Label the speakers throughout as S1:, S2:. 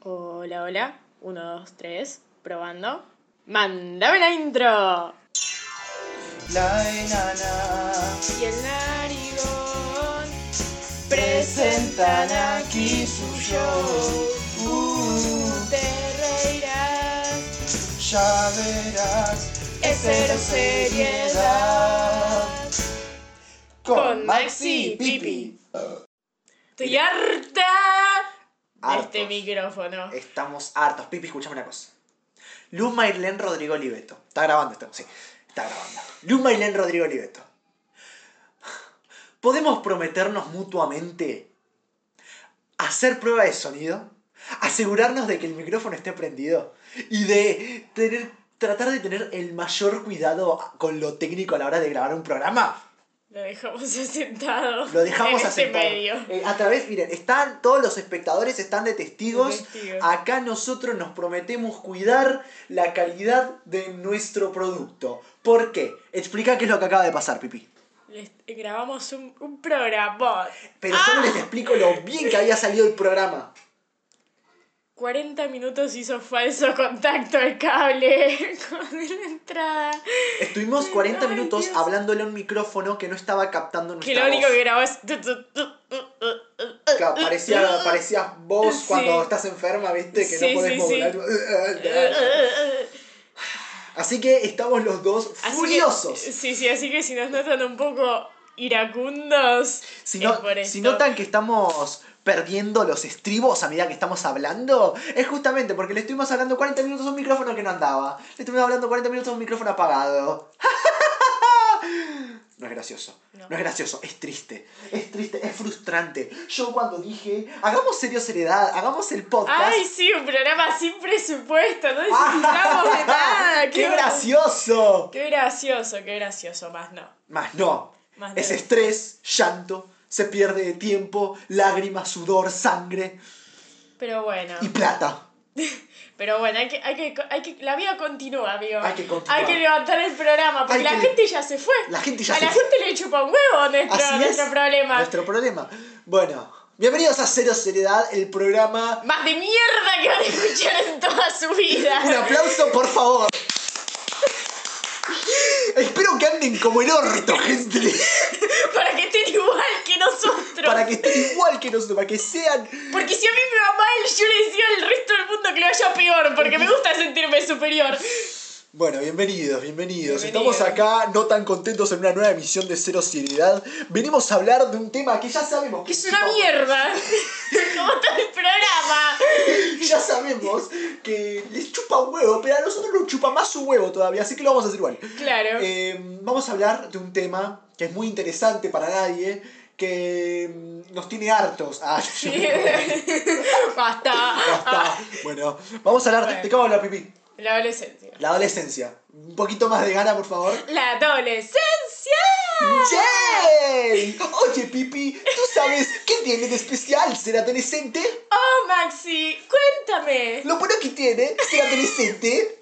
S1: Hola, hola. Uno, dos, tres. Probando. ¡Mándame la intro!
S2: La enana
S1: Y el narigón
S2: presentan aquí su show. Uh,
S1: Te reirás.
S2: ya verás,
S1: Es cero seriedad. Con
S2: Con
S1: Maxi
S2: Maxi
S1: y
S2: y
S1: Pipi.
S2: Pipi.
S1: Estoy harta de
S2: Hartos.
S1: este micrófono.
S2: Estamos hartos. Pipi, escuchame una cosa. Luma Irlen Rodrigo Oliveto. Está grabando esto, sí. Está grabando. Luma Irlen Rodrigo Oliveto. ¿Podemos prometernos mutuamente hacer prueba de sonido? Asegurarnos de que el micrófono esté prendido y de tener, tratar de tener el mayor cuidado con lo técnico a la hora de grabar un programa.
S1: Lo dejamos asentado.
S2: Lo dejamos
S1: en este
S2: asentado.
S1: medio.
S2: Eh, a través, miren, están todos los espectadores, están de testigos.
S1: De testigos.
S2: Acá nosotros nos prometemos cuidar la calidad de nuestro producto. ¿Por qué? Explica qué es lo que acaba de pasar, Pipi.
S1: Les- eh, grabamos un, un programa.
S2: Pero yo no
S1: Ah.
S2: les explico lo bien que había salido el programa.
S1: 40 minutos hizo falso contacto el cable con la entrada.
S2: Estuvimos 40
S1: Ay,
S2: minutos
S1: Dios.
S2: hablándole a un micrófono que no estaba captando
S1: Que
S2: nuestra
S1: lo único
S2: voz.
S1: que grabó es.
S2: Claro, parecía, parecías vos
S1: Sí.
S2: cuando estás enferma, viste, que
S1: Sí,
S2: no podés
S1: sí,
S2: modular. Así que estamos los dos
S1: Así que-
S2: furiosos.
S1: sí, sí, así que si nos notan un poco iracundos.
S2: Si,
S1: es
S2: no-
S1: por
S2: si
S1: esto.
S2: notan que estamos perdiendo los estribos a medida que estamos hablando, es justamente porque le estuvimos hablando 40 minutos a un micrófono que no andaba. Le estuvimos hablando 40 minutos a un micrófono apagado. No es gracioso.
S1: No.
S2: No. es gracioso. Es triste. Es triste. Es frustrante. Yo cuando dije, hagamos serio seriedad, hagamos el podcast.
S1: Ay, sí, un programa sin presupuesto, no necesitamos de nada.
S2: Ah, ¡Qué gracioso!
S1: Qué gracioso, qué gracioso, más no.
S2: Más no.
S1: Más
S2: es
S1: no.
S2: estrés, llanto, se pierde de tiempo, lágrimas, sudor, sangre
S1: Pero bueno.
S2: y plata.
S1: Pero bueno, hay que, hay que, hay que, la vida continúa, amigo.
S2: Hay que continuar.
S1: Hay que levantar el programa, porque
S2: Hay
S1: la
S2: que-
S1: gente ya se fue.
S2: La gente ya
S1: a
S2: se
S1: la
S2: fue.
S1: gente le chupa un huevo nuestro,
S2: Así
S1: nuestro
S2: es,
S1: problema.
S2: Nuestro problema. Bueno, bienvenidos a Cero Seriedad, el programa.
S1: Más de mierda que van a escuchar en toda su vida.
S2: Un aplauso, por favor. Espero que anden como el orto, gente.
S1: Para que estén igual que nosotros.
S2: Para que estén igual que nosotros, para que sean.
S1: Porque si a mí me va mal, yo le decía al resto del mundo que lo vaya peor, porque me gusta sentirme superior.
S2: Bueno, bienvenidos, bienvenidos.
S1: Bienvenidos.
S2: Estamos acá, no tan contentos en una nueva emisión de Cero Seriedad. Venimos a hablar de un tema que ya sabemos.
S1: Que es una mierda. ¿Cómo está el programa?
S2: Ya sabemos que les chupa un huevo, pero a nosotros nos chupa más un huevo todavía, así que lo vamos a hacer igual.
S1: Claro.
S2: Eh, vamos a hablar de un tema que es muy interesante para nadie, que mm, nos tiene hartos. Ah,
S1: Basta.
S2: ya está. Bueno, vamos a hablar de qué vamos a hablar, Pipi.
S1: La adolescencia.
S2: La adolescencia. Un poquito más de gana, por favor.
S1: La adolescencia.
S2: ¡Yay! Oye, Pipi, ¿tú sabes qué tiene de especial ser adolescente?
S1: Oh, Maxi, cuéntame.
S2: Lo bueno que tiene ser adolescente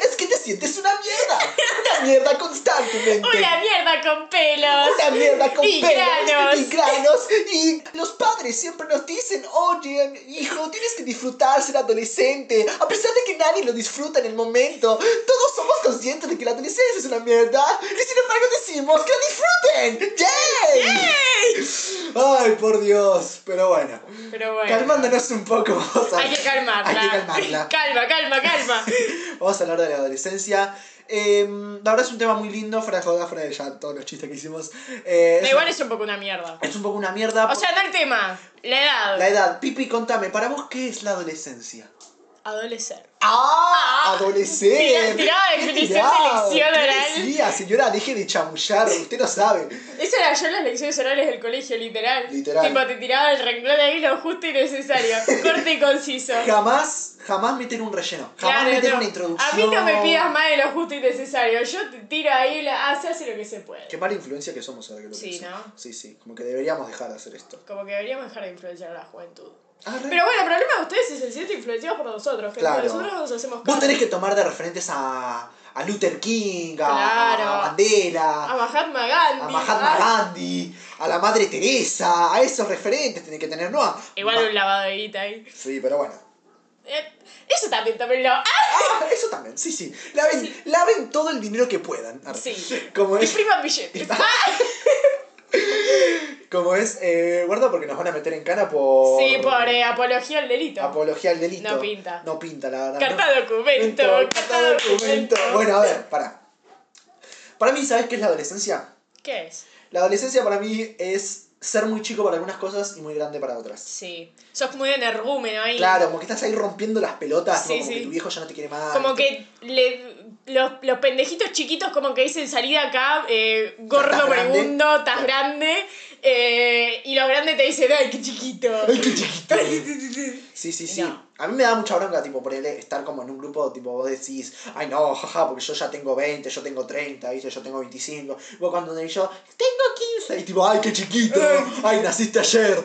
S2: es que te sientes una mierda. Una mierda constantemente.
S1: Una mierda con pelos.
S2: Una mierda con
S1: Y
S2: pelos
S1: granos.
S2: y granos. Y los padres siempre nos dicen, oye, hijo, tienes que disfrutar ser adolescente. A pesar de que nadie lo disfruta en el momento, todos somos conscientes de que la adolescencia es una mierda. Y sin embargo decimos que la disfruten. ¡Yay! Ay, por Dios. Pero bueno.
S1: Pero bueno.
S2: Calmándonos un poco. vamos a-
S1: Hay que calmarla.
S2: Hay que calmarla.
S1: Calma, calma, calma.
S2: Vamos a hablar de la adolescencia. Eh, la verdad es un tema muy lindo, fuera de joda, fuera de ya todos los chistes que hicimos. Eh,
S1: Da
S2: es
S1: igual es un poco una mierda.
S2: Es un poco una mierda.
S1: O sea, no el tema. La edad.
S2: Ah, la edad. Pipi, contame, ¿para vos qué es la adolescencia?
S1: Adolescer.
S2: ¡Ah!
S1: Tirá-
S2: ¡Adolescente!
S1: tirá la definición
S2: Tirá,
S1: de lección
S2: ¿qué
S1: oral.
S2: decía? señora, deje de chamullar, usted no sabe.
S1: Esas eran yo las lecciones orales del colegio, literal.
S2: Literal.
S1: Tipo, te tiraba el renglón ahí lo justo y necesario. Corte y conciso.
S2: Jamás, jamás meter un relleno. Jamás
S1: Claro,
S2: meter
S1: no.
S2: una introducción.
S1: A mí no me pidas más de lo justo y necesario. Yo te tiro ahí, la, ah, se hace lo que se puede.
S2: Qué mala influencia que somos ahora que lo
S1: Sí,
S2: pienso.
S1: ¿no?
S2: Sí, sí, como que deberíamos dejar de hacer esto.
S1: Como que deberíamos dejar de influenciar a la juventud.
S2: Ah, re-
S1: Pero bueno, el problema de ustedes es el siete influenciados por nosotros. Que
S2: Claro.
S1: nosotros nos hacemos
S2: Vos
S1: cargo.
S2: tenés que tomar de referentes a, a Luther King, a,
S1: Claro.
S2: a Mandela,
S1: A
S2: a,
S1: Mahatma Gandhi.
S2: Mahatma
S1: ¿verdad?
S2: Gandhi, a la Madre Teresa, a esos referentes tenés que tener, ¿no? A-
S1: Igual
S2: Ma-
S1: un lavado de guita ahí.
S2: Sí, pero bueno.
S1: Eh, eso también, también lo. ¡Ah!
S2: Ah, eso también, sí, sí. Laven, laven todo el dinero que puedan. Arre.
S1: Sí.
S2: Como es,
S1: Impriman billetes.
S2: como es eh, guarda porque nos van a meter en cana por...
S1: Sí, por eh, apología al delito.
S2: Apología al delito.
S1: No pinta.
S2: No pinta, la verdad.
S1: carta
S2: no.
S1: documento, carta documento.
S2: Bueno, a ver, para. Para mí, ¿sabes qué es la adolescencia?
S1: ¿Qué es?
S2: La adolescencia para mí es ser muy chico para algunas cosas y muy grande para otras.
S1: Sí. Sos muy energúmeno ahí.
S2: Claro, como que estás ahí rompiendo las pelotas, ¿no?
S1: Sí,
S2: como
S1: sí.
S2: que tu viejo ya no te quiere más.
S1: Como que le- los, los pendejitos chiquitos como que dicen salí de acá, eh, gordo
S2: Estás grande.
S1: moribundo, estás grande. eh, y los grandes te dicen, ay, qué chiquito.
S2: Ay, qué chiquito. Sí, sí, sí.
S1: No.
S2: A mí me da mucha bronca, tipo, ponerle estar como en un grupo, tipo, vos decís, ay no, jaja, porque yo ya tengo 20, yo tengo 30, ¿viste? yo tengo 25. Y Vos cuando me yo, tengo 15, y tipo, ay, qué chiquito,
S1: Eh.
S2: ay, naciste ayer.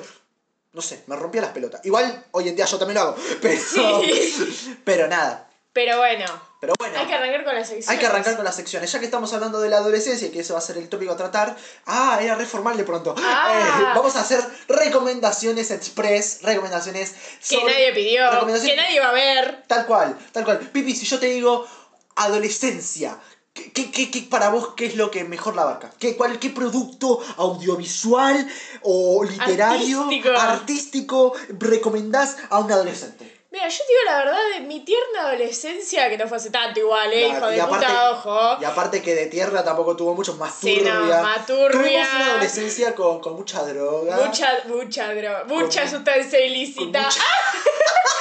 S2: No sé, me rompía las pelotas. Igual hoy en día yo también lo hago, pero, pero nada.
S1: Pero bueno,
S2: Pero bueno,
S1: hay que arrancar con la sección.
S2: hay que arrancar con las secciones. Ya que estamos hablando de la adolescencia y que eso va a ser el tópico a tratar, ah, era reformal de pronto.
S1: Ah.
S2: Eh, vamos a hacer recomendaciones express, recomendaciones
S1: Que
S2: sobre-
S1: nadie pidió,
S2: recomendaciones-
S1: que nadie va a ver.
S2: Tal cual, tal cual. Pipi, si yo te digo adolescencia, ¿qué, qué, qué- qué- para vos qué es lo que mejor la abarca? ¿Qué, cuál, qué producto audiovisual o literario,
S1: Artístico.
S2: artístico recomendás a un adolescente?
S1: Mira, yo te digo la verdad de mi tierna adolescencia, que no fue hace tanto igual, eh,
S2: Claro,
S1: hijo
S2: y
S1: de puta, ojo.
S2: Y aparte que de tierra tampoco tuvo muchos, más
S1: Sí,
S2: turbia.
S1: no, más turbia.
S2: Tuvimos una adolescencia con, con mucha droga.
S1: Mucha, mucha droga, mucha
S2: Con-
S1: sustancia
S2: con
S1: ilícita.
S2: mucha-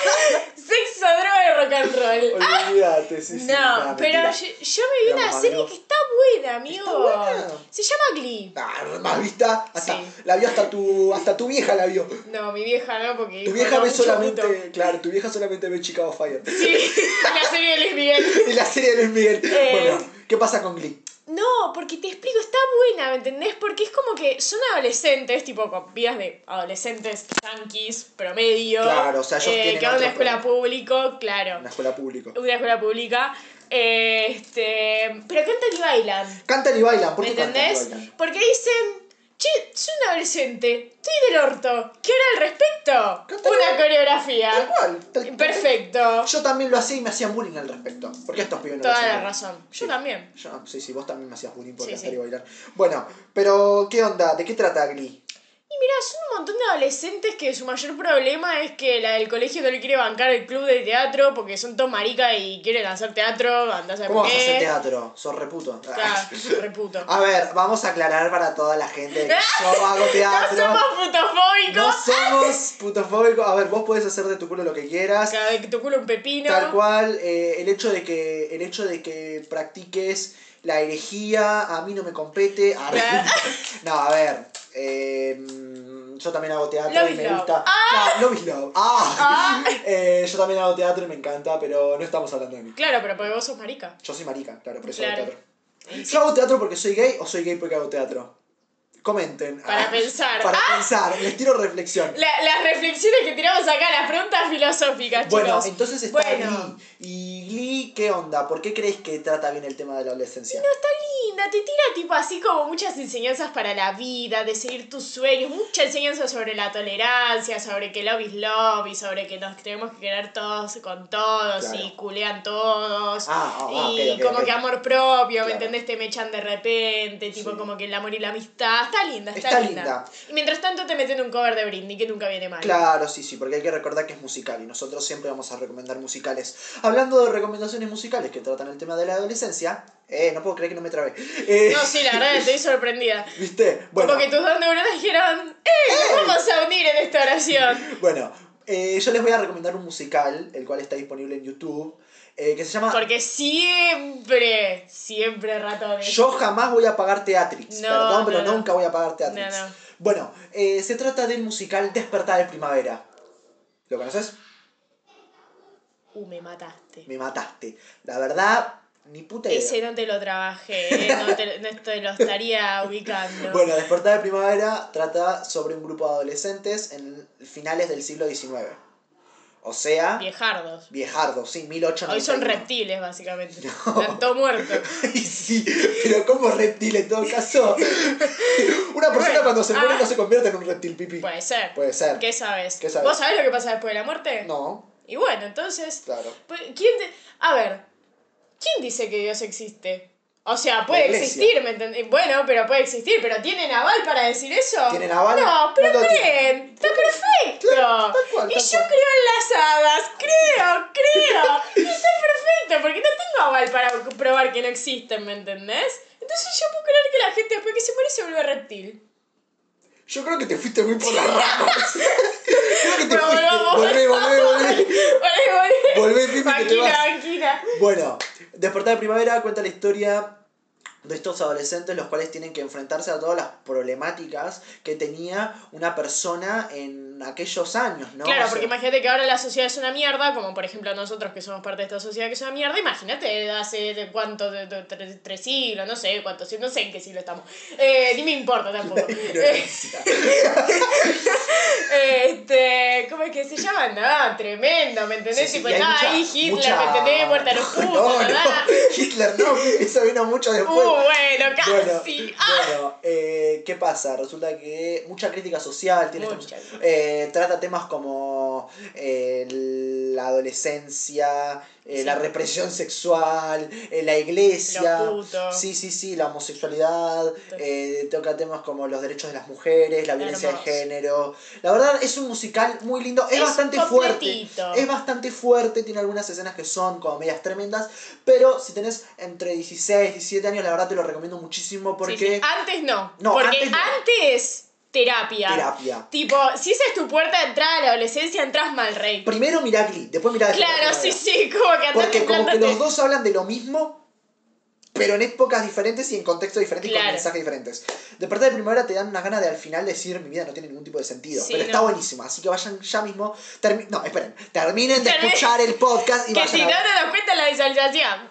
S1: Sexo, droga y rock and roll.
S2: Olvídate, sí, sí.
S1: No,
S2: nada,
S1: pero
S2: mentira.
S1: yo, yo me vi
S2: Te
S1: una
S2: amo,
S1: serie
S2: amigo.
S1: que está buena, amigo.
S2: ¿Está buena?
S1: Se llama Glee.
S2: Ah, más vista, hasta,
S1: Sí.
S2: la vio hasta tu, hasta tu vieja la vio.
S1: No, mi vieja no, porque. dijo,
S2: Tu vieja
S1: no,
S2: ve
S1: mucho
S2: solamente.
S1: puto.
S2: Claro, tu vieja solamente ve Chicago Fire.
S1: Sí, la serie de Luis Miguel.
S2: Y la serie de Luis Miguel.
S1: Eh.
S2: Bueno, ¿qué pasa con Glee?
S1: No, porque te explico, está buena, ¿me entendés? Porque es como que son adolescentes, tipo con vidas de adolescentes yanquis, promedio. eh,
S2: Claro, o sea, ellos tienen
S1: Que van a una
S2: otro
S1: escuela público, claro.
S2: Una escuela pública.
S1: Una escuela pública. eh, este. Pero cantan y bailan.
S2: Cantan y bailan, ¿por
S1: ¿Me
S2: qué cantan y
S1: entendés?
S2: bailan?
S1: Porque dicen, che, soy un adolescente, estoy del orto, ¿qué hará al respecto?
S2: ¿Qué tal?
S1: Una
S2: Tal
S1: coreografía.
S2: cual, tal- tal-
S1: Perfecto.
S2: Yo también lo hacía y me hacían bullying al respecto. Porque estos pibes no me
S1: Toda
S2: hacían
S1: la
S2: bullying?
S1: razón. Yo
S2: Sí.
S1: también.
S2: Yo- sí, sí, vos también me hacías bullying por
S1: Sí,
S2: cantar
S1: sí.
S2: y bailar. Bueno, pero ¿qué onda? ¿De qué trata Glee?
S1: Y mirá, son un montón de adolescentes que su mayor problema es que la del colegio no le quiere bancar el club de teatro porque son todos maricas y quieren hacer teatro, andás a
S2: ¿Cómo
S1: por
S2: vas a hacer
S1: qué.
S2: teatro? Ah, Sos reputo.
S1: Eh. Claro, reputo.
S2: A ver, vamos a aclarar para toda la gente que yo hago
S1: No
S2: teatro.
S1: somos
S2: No
S1: putofóbicos.
S2: somos putofóbicos. A ver, vos podés hacer de tu culo lo que quieras.
S1: Cada vez que tu culo un pepino.
S2: Tal cual, eh, el, hecho de que, el hecho de que practiques la herejía a mí no me compete. A ver.
S1: Claro.
S2: no, a ver. eh, mm, yo también hago teatro
S1: Love
S2: y
S1: is
S2: me
S1: love.
S2: gusta. No, Love is love. Ah. Eh, yo también hago teatro y me encanta, pero no estamos hablando de mí.
S1: Claro, pero porque vos sos marica.
S2: Yo soy marica, claro, por eso
S1: Claro.
S2: hago teatro. ¿Yo hago teatro porque soy gay o soy gay porque hago teatro? Comenten. Ah,
S1: Para pensar. Ah.
S2: Para pensar. Les tiro reflexión.
S1: La- las reflexiones que tiramos acá, las preguntas filosóficas,
S2: Bueno,
S1: Ah, chicos.
S2: entonces está
S1: Bueno.
S2: Glee. ¿Y Glee qué onda? ¿Por qué crees que trata bien el tema de la adolescencia?
S1: Está linda, te tira tipo así como muchas enseñanzas para la vida, de seguir tus sueños, mucha enseñanza sobre la tolerancia, sobre que love is love y sobre que nos tenemos que querer todos con todos
S2: Claro.
S1: y culean todos.
S2: Ah, ah, ah,
S1: y
S2: ok, ok,
S1: como
S2: ok.
S1: que amor propio,
S2: Claro.
S1: ¿me entendés? Te me echan de repente, tipo
S2: Sí.
S1: como que el amor y la amistad. Está linda, está,
S2: Está
S1: linda.
S2: linda.
S1: Y mientras tanto te meten un cover de Britney que nunca viene mal.
S2: Claro, sí, sí, porque hay que recordar que es musical y nosotros siempre vamos a recomendar musicales. Hablando de recomendaciones musicales que tratan el tema de la adolescencia, eh, no puedo creer que no me trabé. Eh,
S1: No, sí, la verdad estoy sorprendida.
S2: ¿Viste? Bueno,
S1: Como que tus dos neuronas dijeron, ¡eh! nos vamos a unir en esta oración.
S2: bueno eh, yo les voy a recomendar un musical, el cual está disponible en YouTube, eh, que se llama
S1: Porque siempre, siempre ratones.
S2: Yo jamás voy a pagar Teatrix.
S1: No,
S2: Perdón,
S1: no,
S2: pero
S1: no.
S2: nunca voy a pagar Teatrix.
S1: No, no.
S2: Bueno, eh, se trata del musical Despertar de Primavera. ¿Lo conoces?
S1: Uh, me mataste.
S2: Me mataste. La verdad, ni puta idea.
S1: Ese no te lo trabajé, eh, no, te, no te lo estaría ubicando.
S2: Bueno, Despertar de Primavera trata sobre un grupo de adolescentes en finales del siglo XIX. O sea,
S1: Viejardos.
S2: viejardos, sí, 1891.
S1: Hoy son reptiles, básicamente.
S2: No.
S1: Están todos muertos.
S2: Y sí, pero como reptil en todo caso. Una persona
S1: Bueno,
S2: cuando se muere
S1: ah.
S2: no se convierte en un reptil, pipi.
S1: Puede ser.
S2: Puede ser.
S1: ¿Qué sabes?
S2: ¿Qué sabes?
S1: ¿Vos sabés lo que pasa después de la muerte?
S2: No.
S1: Y bueno, entonces.
S2: Claro.
S1: pues, ¿Quién de- A ver, ¿quién dice que Dios existe? O sea, puede
S2: iglesia.
S1: existir, ¿me entendés? Bueno, pero puede existir, pero ¿tienen aval para decir eso?
S2: ¿Tienen aval?
S1: No, pero
S2: No lo tienen.
S1: creen, está perfecto.
S2: Claro, tal cual,
S1: y
S2: tal
S1: yo
S2: cual.
S1: creo en las hadas, creo, creo. Y está perfecto, porque no tengo aval para probar que no existen, ¿me entendés? Entonces yo puedo creer que la gente después que se muere se vuelve reptil.
S2: Yo creo que te fuiste muy por las ramas. creo que te
S1: Pero
S2: fuiste.
S1: volvamos.
S2: Volvé, volvé, volvé.
S1: Volvé, volvé.
S2: Volvé, Pipi, que te
S1: Banquina,
S2: vas.
S1: banquina.
S2: Bueno, Despertar de Primavera cuenta la historia de estos adolescentes los cuales tienen que enfrentarse a todas las problemáticas que tenía una persona en aquellos años, ¿no?
S1: Claro,
S2: O sea,
S1: porque imagínate que ahora la sociedad es una mierda, como por ejemplo nosotros que somos parte de esta sociedad que es una mierda, imagínate hace de cuánto, de, de- tres, tres siglos, no sé cuántos, siglos, no sé en qué siglo estamos. Eh, ni me importa tampoco. Eh,
S2: ignorancia.
S1: este, ¿Cómo es que se llama? No, tremendo, ¿me entendés?
S2: Sí, sí,
S1: tipo,
S2: y hay
S1: estaba
S2: mucha-
S1: ahí Hitler,
S2: mucha-
S1: ¿me entendés? Muerta a los putos,
S2: No, no,
S1: ¿verdad?
S2: Hitler no, eso vino mucho
S1: Uh,
S2: después.
S1: bueno,
S2: Bueno,
S1: casi. Ah,
S2: bueno, eh, ¿qué pasa? Resulta que mucha crítica social tiene esta
S1: Mucha.
S2: música. Eh, trata temas como eh, la adolescencia, eh,
S1: Sí.
S2: la represión sexual, eh, la iglesia.
S1: Los putos.
S2: Sí, sí, sí, la homosexualidad.
S1: Sí.
S2: eh, toca temas como los derechos de las mujeres, la violencia
S1: Hermoso.
S2: de género. La verdad es un musical muy lindo, es,
S1: Es
S2: bastante fuerte.
S1: completito.
S2: Es bastante fuerte, tiene algunas escenas que son como medias tremendas, pero si tenés entre 16 y 17 años, la verdad te lo recomiendo muchísimo porque
S1: Sí, sí, Ah, Antes no.
S2: No,
S1: porque
S2: antes
S1: antes,
S2: no.
S1: terapia.
S2: terapia.
S1: Tipo, si esa es tu puerta de entrada a la adolescencia, entras mal, rey.
S2: Primero mirá Glee, después mirá
S1: Claro,
S2: Despertar
S1: sí,
S2: de
S1: sí, como que
S2: Primavera.
S1: andás
S2: Porque como que
S1: templándote.
S2: los dos hablan de lo mismo, pero en épocas diferentes y en contextos diferentes y con
S1: Claro.
S2: mensajes diferentes. Despertar de primavera te dan unas ganas de al final decir mi vida no tiene ningún tipo de sentido,
S1: Sí,
S2: pero
S1: no.
S2: está buenísima, así que vayan ya mismo, termi- no, esperen, terminen de
S1: Termi-
S2: escuchar el podcast y
S1: Que si
S2: vayan
S1: no
S2: a...
S1: te das cuenta la visualización.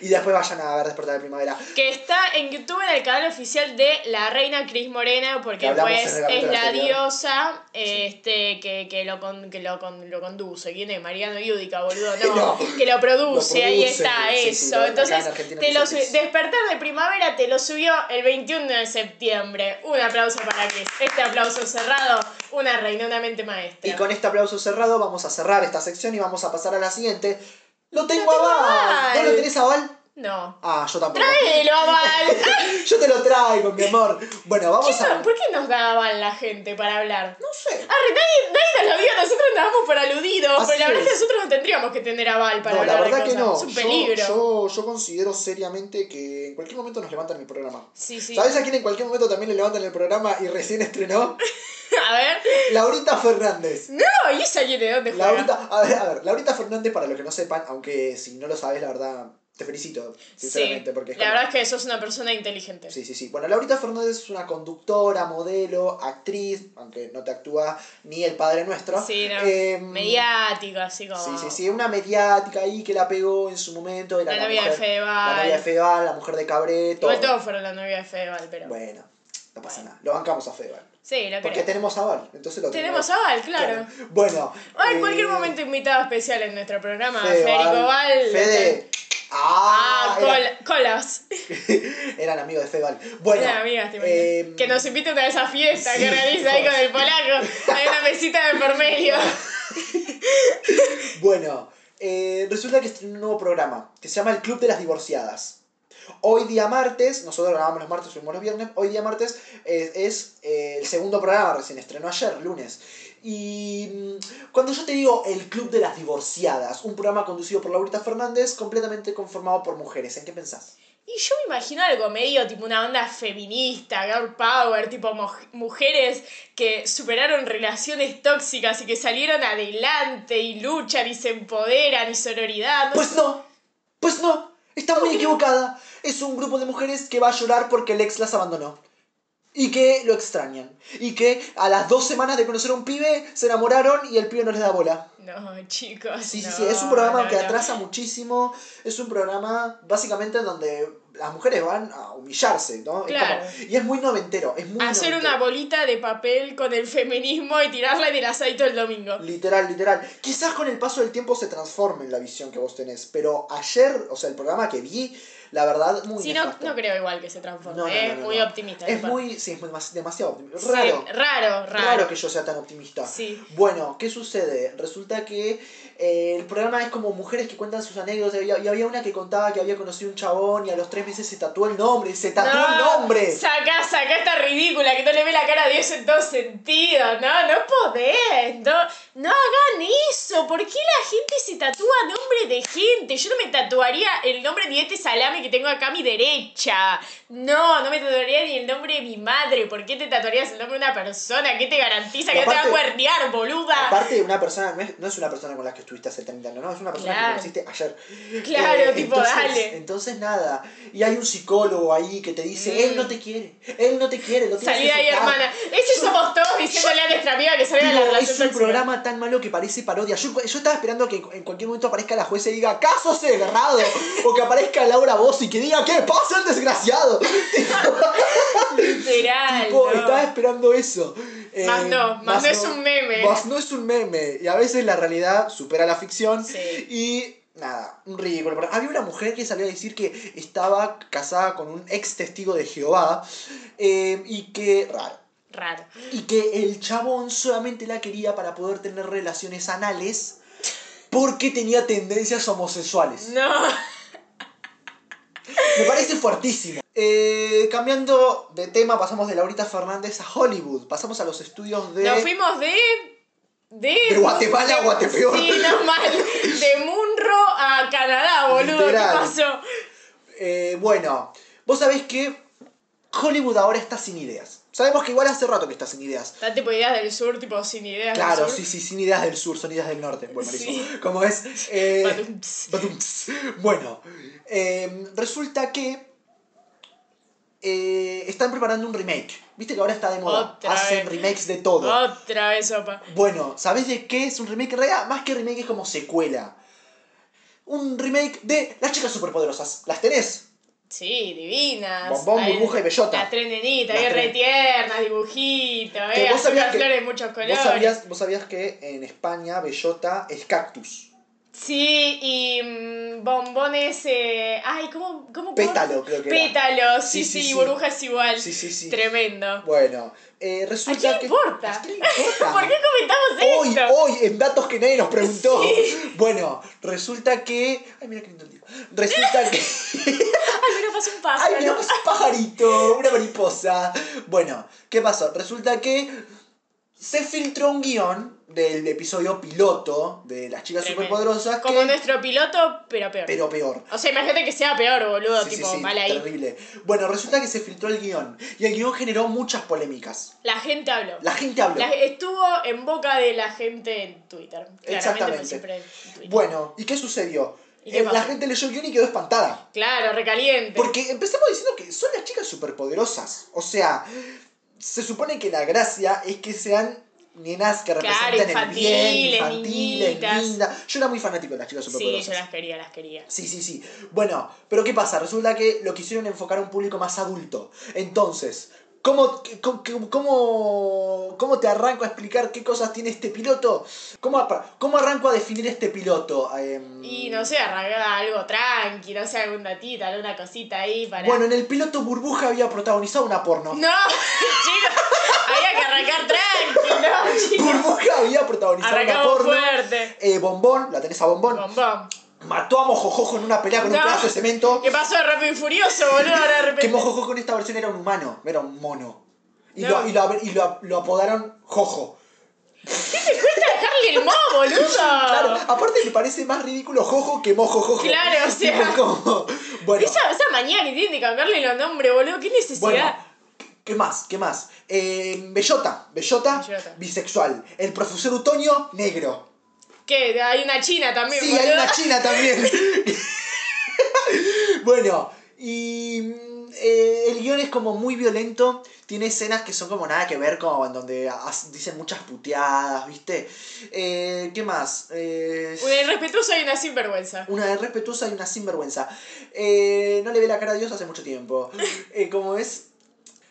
S2: y después vayan a ver Despertar de primavera.
S1: Que está en YouTube en el canal oficial de la reina Cris Morena,
S2: Que
S1: porque
S2: hablamos
S1: pues
S2: en el
S1: es la
S2: anterior.
S1: diosa este que, que lo con, que lo, con- lo conduce. ¿Quién es? Mariano Yudica, boludo. No,
S2: No.
S1: que lo produce, ahí
S2: produce,
S1: está,
S2: sí, sí,
S1: eso.
S2: lo- acá en
S1: Entonces,
S2: Argentina
S1: te
S2: lo
S1: lo
S2: hizo Cris.
S1: subi- Despertar de Primavera te lo subió el 21 de septiembre. Un aplauso para Cris. Este aplauso cerrado, una reina, una mente maestra.
S2: Y con este aplauso cerrado vamos a cerrar esta sección y vamos a pasar a la siguiente. ¡Lo tengo,
S1: tengo
S2: aval!
S1: aval.
S2: ¿No lo tenés aval?
S1: No.
S2: Ah, yo tampoco.
S1: ¡Tráelo, Aval!
S2: Yo te lo traigo, mi amor. Bueno, vamos
S1: ¿Qué
S2: a...
S1: no- ¿Por qué nos daban la gente para hablar?
S2: No sé.
S1: Arre, Ah, nadie, nadie nos lo dio, nosotros nos damos por aludidos,
S2: Así
S1: pero la verdad es que
S2: es.
S1: nosotros no tendríamos que tener aval para
S2: No, la
S1: hablar de
S2: verdad que
S1: cosas.
S2: no.
S1: Es un
S2: Yo-
S1: peligro.
S2: Yo, yo considero seriamente que en cualquier momento nos levantan el programa.
S1: Sí, sí.
S2: ¿Sabes a quién en cualquier momento también le levantan el programa y recién estrenó?
S1: A ver.
S2: Laurita Fernández.
S1: No, ¿y esa quién de dónde juega?
S2: Laurita, a ver, a ver, Laurita Fernández, para los que no sepan, aunque si no lo sabes, la verdad, te felicito,
S1: Sí,
S2: sinceramente, porque es
S1: la
S2: como-
S1: verdad es que sos una persona inteligente.
S2: Sí, sí, sí. Bueno, Laurita Fernández es una conductora, modelo, actriz, aunque no te actúa ni el Padre Nuestro.
S1: Sí, no.
S2: Eh,
S1: Mediática, así como...
S2: Sí, sí, sí. Una mediática ahí que la pegó en su momento. Era
S1: La
S2: la,
S1: novia de
S2: mujer- La novia de
S1: Fedeval.
S2: Fedeval, la mujer de Cabreto.
S1: Igual todos fueron la novia de Fedeval, pero...
S2: Bueno, no pasa nada. Lo bancamos a Fedeval.
S1: Sí, lo
S2: Porque
S1: creo.
S2: tenemos a Val, entonces lo tenemos.
S1: Tenemos aval, claro.
S2: Bueno.
S1: Ah, en
S2: eh,
S1: cualquier momento invitado especial en nuestro programa,
S2: Fedeval.
S1: Federico Val.
S2: Fede. Ah,
S1: Ah,
S2: era-
S1: col- colas.
S2: eran amigos de Fedeval. Bueno.
S1: Una amiga, te
S2: eh,
S1: imaginas. que nos invite a esa fiesta
S2: sí,
S1: que realiza ahí
S2: por-
S1: con el polaco. Hay una mesita de por medio.
S2: Bueno, eh, resulta que estrenó un nuevo programa que se llama El Club de las Divorciadas. Hoy día martes, nosotros grabamos los martes, subimos los viernes, hoy día martes eh, es eh, el segundo programa, recién estrenó ayer, lunes. Y mm, cuando yo te digo El Club de las Divorciadas, un programa conducido por Laurita Fernández, completamente conformado por mujeres, ¿en qué pensás?
S1: Y yo me imagino algo medio tipo una onda feminista, girl power, tipo moj- mujeres que superaron relaciones tóxicas y que salieron adelante y luchan y se empoderan y sororidad. No sé.
S2: Pues no, pues no, está muy equivocada. Es un grupo de mujeres que va a llorar porque el ex las abandonó. Y que lo extrañan. Y que a las dos semanas de conocer a un pibe se enamoraron y el pibe no les da bola.
S1: No, chicos.
S2: Sí, sí,
S1: no,
S2: sí. Es un programa
S1: no,
S2: que
S1: no.
S2: atrasa muchísimo. Es un programa básicamente donde las mujeres van a humillarse, ¿no? Es
S1: Claro.
S2: como- y es muy noventero. Es muy
S1: Hacer una
S2: noventero.
S1: bolita de papel con el feminismo y tirarla en el asadito el domingo.
S2: Literal, literal. Quizás con el paso del tiempo se transforme en la visión que vos tenés, pero ayer, o sea, el programa que vi, La verdad, muy
S1: Sí, no,
S2: nefasto.
S1: no creo igual que se transforme.
S2: No, no, no,
S1: es
S2: no,
S1: muy
S2: no.
S1: optimista.
S2: Es
S1: capaz.
S2: muy, sí, es muy demas- demasiado optimista.
S1: Sí,
S2: Raro.
S1: raro, raro.
S2: raro. que yo sea tan optimista.
S1: Sí.
S2: Bueno, ¿qué sucede? Resulta que eh, el programa es como mujeres que cuentan sus anécdotas. Y, y había una que contaba que había conocido un chabón y a los tres meses se tatuó el nombre. ¡Se tatuó el
S1: No,
S2: nombre!
S1: Sacá, sacá esta ridícula que no le ve la cara a Dios en todo sentido. No, no podés. No, no hagan eso. ¿Por qué la gente se tatúa nombre de gente? Yo no me tatuaría el nombre ni de este salame que tengo acá a mi derecha. No, no me tatuaría ni el nombre de mi madre. ¿Por qué te tatuarías el nombre de una persona? ¿Qué te garantiza que
S2: Y
S1: no te va a
S2: aparte-
S1: cuernear, boluda?
S2: Aparte, una persona no es, no es una persona con la que estuviste hace 30 años, no, es una persona
S1: Claro.
S2: que conociste ayer.
S1: Claro,
S2: Eh,
S1: tipo,
S2: entonces,
S1: dale.
S2: Entonces, nada. Y hay un psicólogo ahí que te dice:
S1: Mm.
S2: Él no te quiere, él no te quiere, lo tienes
S1: Salí
S2: que
S1: de ahí,
S2: soltar".
S1: hermana. Ese
S2: Yo-
S1: somos todos diciéndole a nuestra amiga que salga de la
S2: Digo,
S1: relación
S2: es un
S1: tóxica.
S2: programa tan malo que parece parodia. Yo, yo estaba esperando que en cualquier momento aparezca la jueza y diga caso cerrado. o que aparezca Laura Bossi y que diga ¿qué pasa el desgraciado?
S1: Literal,
S2: Tipo,
S1: no.
S2: estaba esperando eso. Eh,
S1: Más no, más no es un meme.
S2: Más no es un meme. Y a veces la realidad supera la ficción.
S1: Sí.
S2: Y nada, un ridículo. Pero había una mujer que salió a decir que estaba casada con un ex testigo de Jehová. eh, y que raro.
S1: Raro.
S2: Y que el chabón solamente la quería para poder tener relaciones anales porque tenía tendencias homosexuales.
S1: No.
S2: Me parece fuertísimo. Eh, cambiando de tema, pasamos de Laurita Fernández a Hollywood. Pasamos a los estudios de.
S1: Nos fuimos de. De,
S2: De Guatemala a Guatepeor.
S1: Sí, no mal. De Munro a Canadá, boludo.
S2: Literal.
S1: ¿Qué pasó?
S2: Eh, bueno, vos sabés que Hollywood ahora está sin ideas. Sabemos que igual hace rato que está sin ideas.
S1: Está tipo ideas del sur, tipo sin ideas.
S2: Claro,
S1: del sur.
S2: sí, sí, sin ideas del sur, son ideas del norte. Bueno,
S1: Sí.
S2: malísimo. Como es. eh,
S1: Batum, ps.
S2: batum, ps. Bueno, eh, resulta que. eh, están preparando un remake. Viste que ahora está de moda.
S1: Otra
S2: Hacen
S1: vez.
S2: remakes de todo.
S1: Otra vez, sopa.
S2: Bueno, ¿sabés de qué es un remake? En realidad, más que remake es como secuela. Un remake de Las chicas superpoderosas. ¿Las tenés?
S1: Sí, divinas.
S2: Bombón,
S1: Ahí-
S2: burbuja y bellota.
S1: Las tres nenitas,
S2: Las
S1: bien
S2: tres.
S1: re tiernas, dibujitos,
S2: Que
S1: eh.
S2: vos sabías
S1: Unas
S2: que-
S1: flores de muchos colores.
S2: ¿Vos sabías, vos sabías que en España bellota es cactus.
S1: Sí, y mm, bombones. eh, Ay, ¿cómo, cómo
S2: Pétalo, creo que era.
S1: Pétalos, sí,
S2: Sí,
S1: sí,
S2: sí, sí.
S1: burbujas igual.
S2: Sí, sí, sí.
S1: Tremendo.
S2: Bueno, eh,
S1: ¿A
S2: resulta
S1: quién le
S2: que...
S1: importa?
S2: ¿A quién le importa?
S1: ¿Por qué comentamos
S2: Hoy,
S1: esto?
S2: hoy, en datos que nadie nos preguntó. Bueno, resulta que. Ay, mira qué lindo el día. Resulta que.
S1: Ay, mira, pasa un
S2: Ay,
S1: pájaro.
S2: mira, es un pajarito, una mariposa. Bueno, ¿qué pasó? Resulta que se filtró un guión del episodio piloto de las chicas
S1: Tremendo.
S2: superpoderosas.
S1: Como
S2: Que...
S1: nuestro piloto, pero peor.
S2: Pero peor.
S1: O sea, imagínate que sea peor, boludo,
S2: Sí, sí,
S1: tipo,
S2: sí,
S1: mal ahí.
S2: terrible. Bueno, resulta que se filtró el guión. Y el guión generó muchas polémicas.
S1: La gente habló.
S2: La gente habló.
S1: La- estuvo en boca de la gente en Twitter. Claramente,
S2: Exactamente.
S1: pues, siempre en Twitter.
S2: Bueno, ¿y qué sucedió?
S1: ¿Y qué
S2: Eh, la
S1: pasó?
S2: gente leyó el guión y quedó espantada.
S1: Claro, recaliente.
S2: Porque empecemos diciendo que son las chicas superpoderosas. O sea, se supone que la gracia es que sean nenas que
S1: Claro,
S2: representan el bien,
S1: infantiles,
S2: infantiles,
S1: niñitas.
S2: lindas. Yo era muy fanático de las chicas
S1: sí, yo
S2: superpoderosas.
S1: las quería, las quería.
S2: Sí, sí, sí. Bueno, pero ¿qué pasa? Resulta que lo quisieron enfocar a un público más adulto. Entonces, ¿cómo, cómo- cómo, cómo te arranco a explicar qué cosas tiene este piloto? ¿Cómo, apa- cómo arranco a definir este piloto? Em,
S1: Y no sé, arrancaba algo tranqui, no sé, algún datito, alguna cosita ahí para.
S2: Bueno, en el piloto Burbuja había protagonizado una porno.
S1: No, chicos, había que arrancar tranqui, no, chicos.
S2: Burbuja había protagonizado una
S1: Arrancamos pues.
S2: porno.
S1: fuerte.
S2: Eh, bombón, la tenés a Bombón.
S1: Bombón.
S2: Mató a Mojojojo en una pelea con
S1: No.
S2: un pedazo de cemento.
S1: ¿Qué pasó de rápido y furioso, boludo? Ahora de repente.
S2: Que Mojojojo en esta versión era un humano, no era un mono. Y,
S1: No.
S2: lo, y lo- y lo- lo apodaron Jojo.
S1: ¿Qué te cuesta dejarle el mo, boludo?
S2: Claro, aparte me parece más ridículo Jojo que Mojojojo.
S1: Claro, o sea.
S2: Tipo como- Bueno,
S1: Esa, esa manía que tiene de cambiarle los nombres, boludo, qué
S2: bueno.
S1: necesidad.
S2: ¿Qué más? ¿Qué más? Eh, Bellota, Bellota,
S1: Bellota.
S2: bisexual. El profesor Utonio, negro.
S1: Que hay una china también,
S2: Sí,
S1: boludo.
S2: hay una china también. bueno, y mm, eh, el guión es como muy violento. Tiene escenas que son como nada que ver, como en donde as- dicen muchas puteadas, ¿viste? Eh, ¿Qué más? Eh,
S1: Una irrespetuosa y una sinvergüenza.
S2: una de respetuosa y una sinvergüenza. Eh, no le ve la cara a Dios hace mucho tiempo. Eh, como es.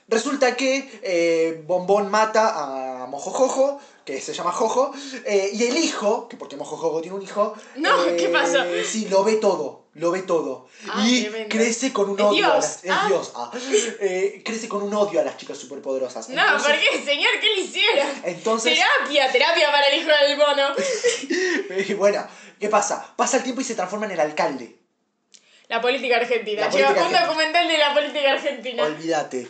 S2: Resulta que eh, Bombón mata a Mojojojo, que se llama Jojo, eh, y el hijo, que porque Mojojojo tiene un hijo.
S1: No,
S2: eh,
S1: ¿qué pasó?
S2: Sí, lo ve todo, lo ve todo.
S1: Ah,
S2: y
S1: tremendo.
S2: crece con un
S1: Es
S2: odio. A
S1: Dios,
S2: las, es
S1: ah.
S2: Dios, ah. Eh, crece con un odio a las chicas superpoderosas.
S1: No,
S2: Entonces-
S1: porque señor, ¿qué le hicieron?
S2: Entonces,
S1: Terapia, terapia para el hijo del bono.
S2: eh, bueno, ¿qué pasa? Pasa el tiempo y se transforma en el alcalde.
S1: La política argentina.
S2: La
S1: Lleva
S2: política
S1: un
S2: argentina.
S1: documental de la política argentina.
S2: Olvídate.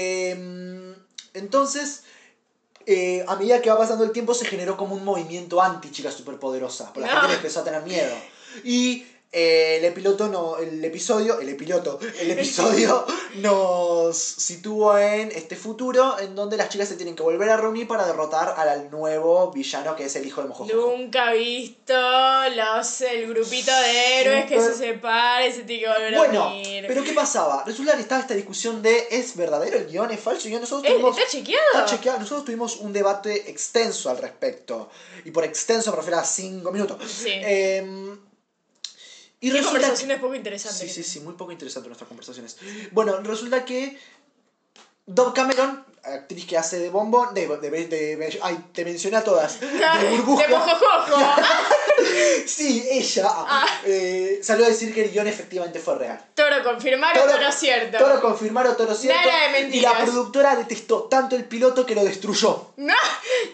S2: Eh, entonces, eh, a medida que va pasando el tiempo, se generó como un movimiento anti-chica superpoderosa. Porque la
S1: No.
S2: gente le empezó a tener miedo. Y eh, el epiloto no. El episodio. El epiloto. El episodio nos situó en este futuro en donde las chicas se tienen que volver a reunir para derrotar al nuevo villano que es el hijo de Mojojojo.
S1: Nunca visto los, el grupito de héroes que se
S2: Súper.
S1: separa y se tiene que volver a
S2: Bueno,
S1: unir.
S2: pero ¿qué pasaba? Resulta que estaba esta discusión de ¿es verdadero el guión? ¿Es falso el guión? Nosotros
S1: Eh,
S2: tuvimos
S1: ¿Está chequeado?
S2: Está chequeado. Nosotros tuvimos un debate extenso al respecto. Y por extenso me refiero a 5 minutos.
S1: Sí.
S2: Eh, y
S1: Qué
S2: resulta.
S1: conversación es poco interesante.
S2: Sí,
S1: que
S2: sí,
S1: tenés.
S2: sí, muy poco interesante nuestras conversaciones. Bueno, resulta que. Dove Cameron, actriz que hace de Bombo. De, de, de- de- ay, te mencioné a todas. De
S1: De
S2: burbuja.
S1: mojojojo.
S2: Sí, ella.
S1: Ah.
S2: eh, salió a decir que el guión efectivamente fue real.
S1: Toro confirmar o
S2: Toro-
S1: toro cierto.
S2: Todo lo confirmaron, todo lo cierto.
S1: Nada de
S2: y la
S1: mentiras.
S2: productora detestó tanto el piloto que lo destruyó.
S1: No,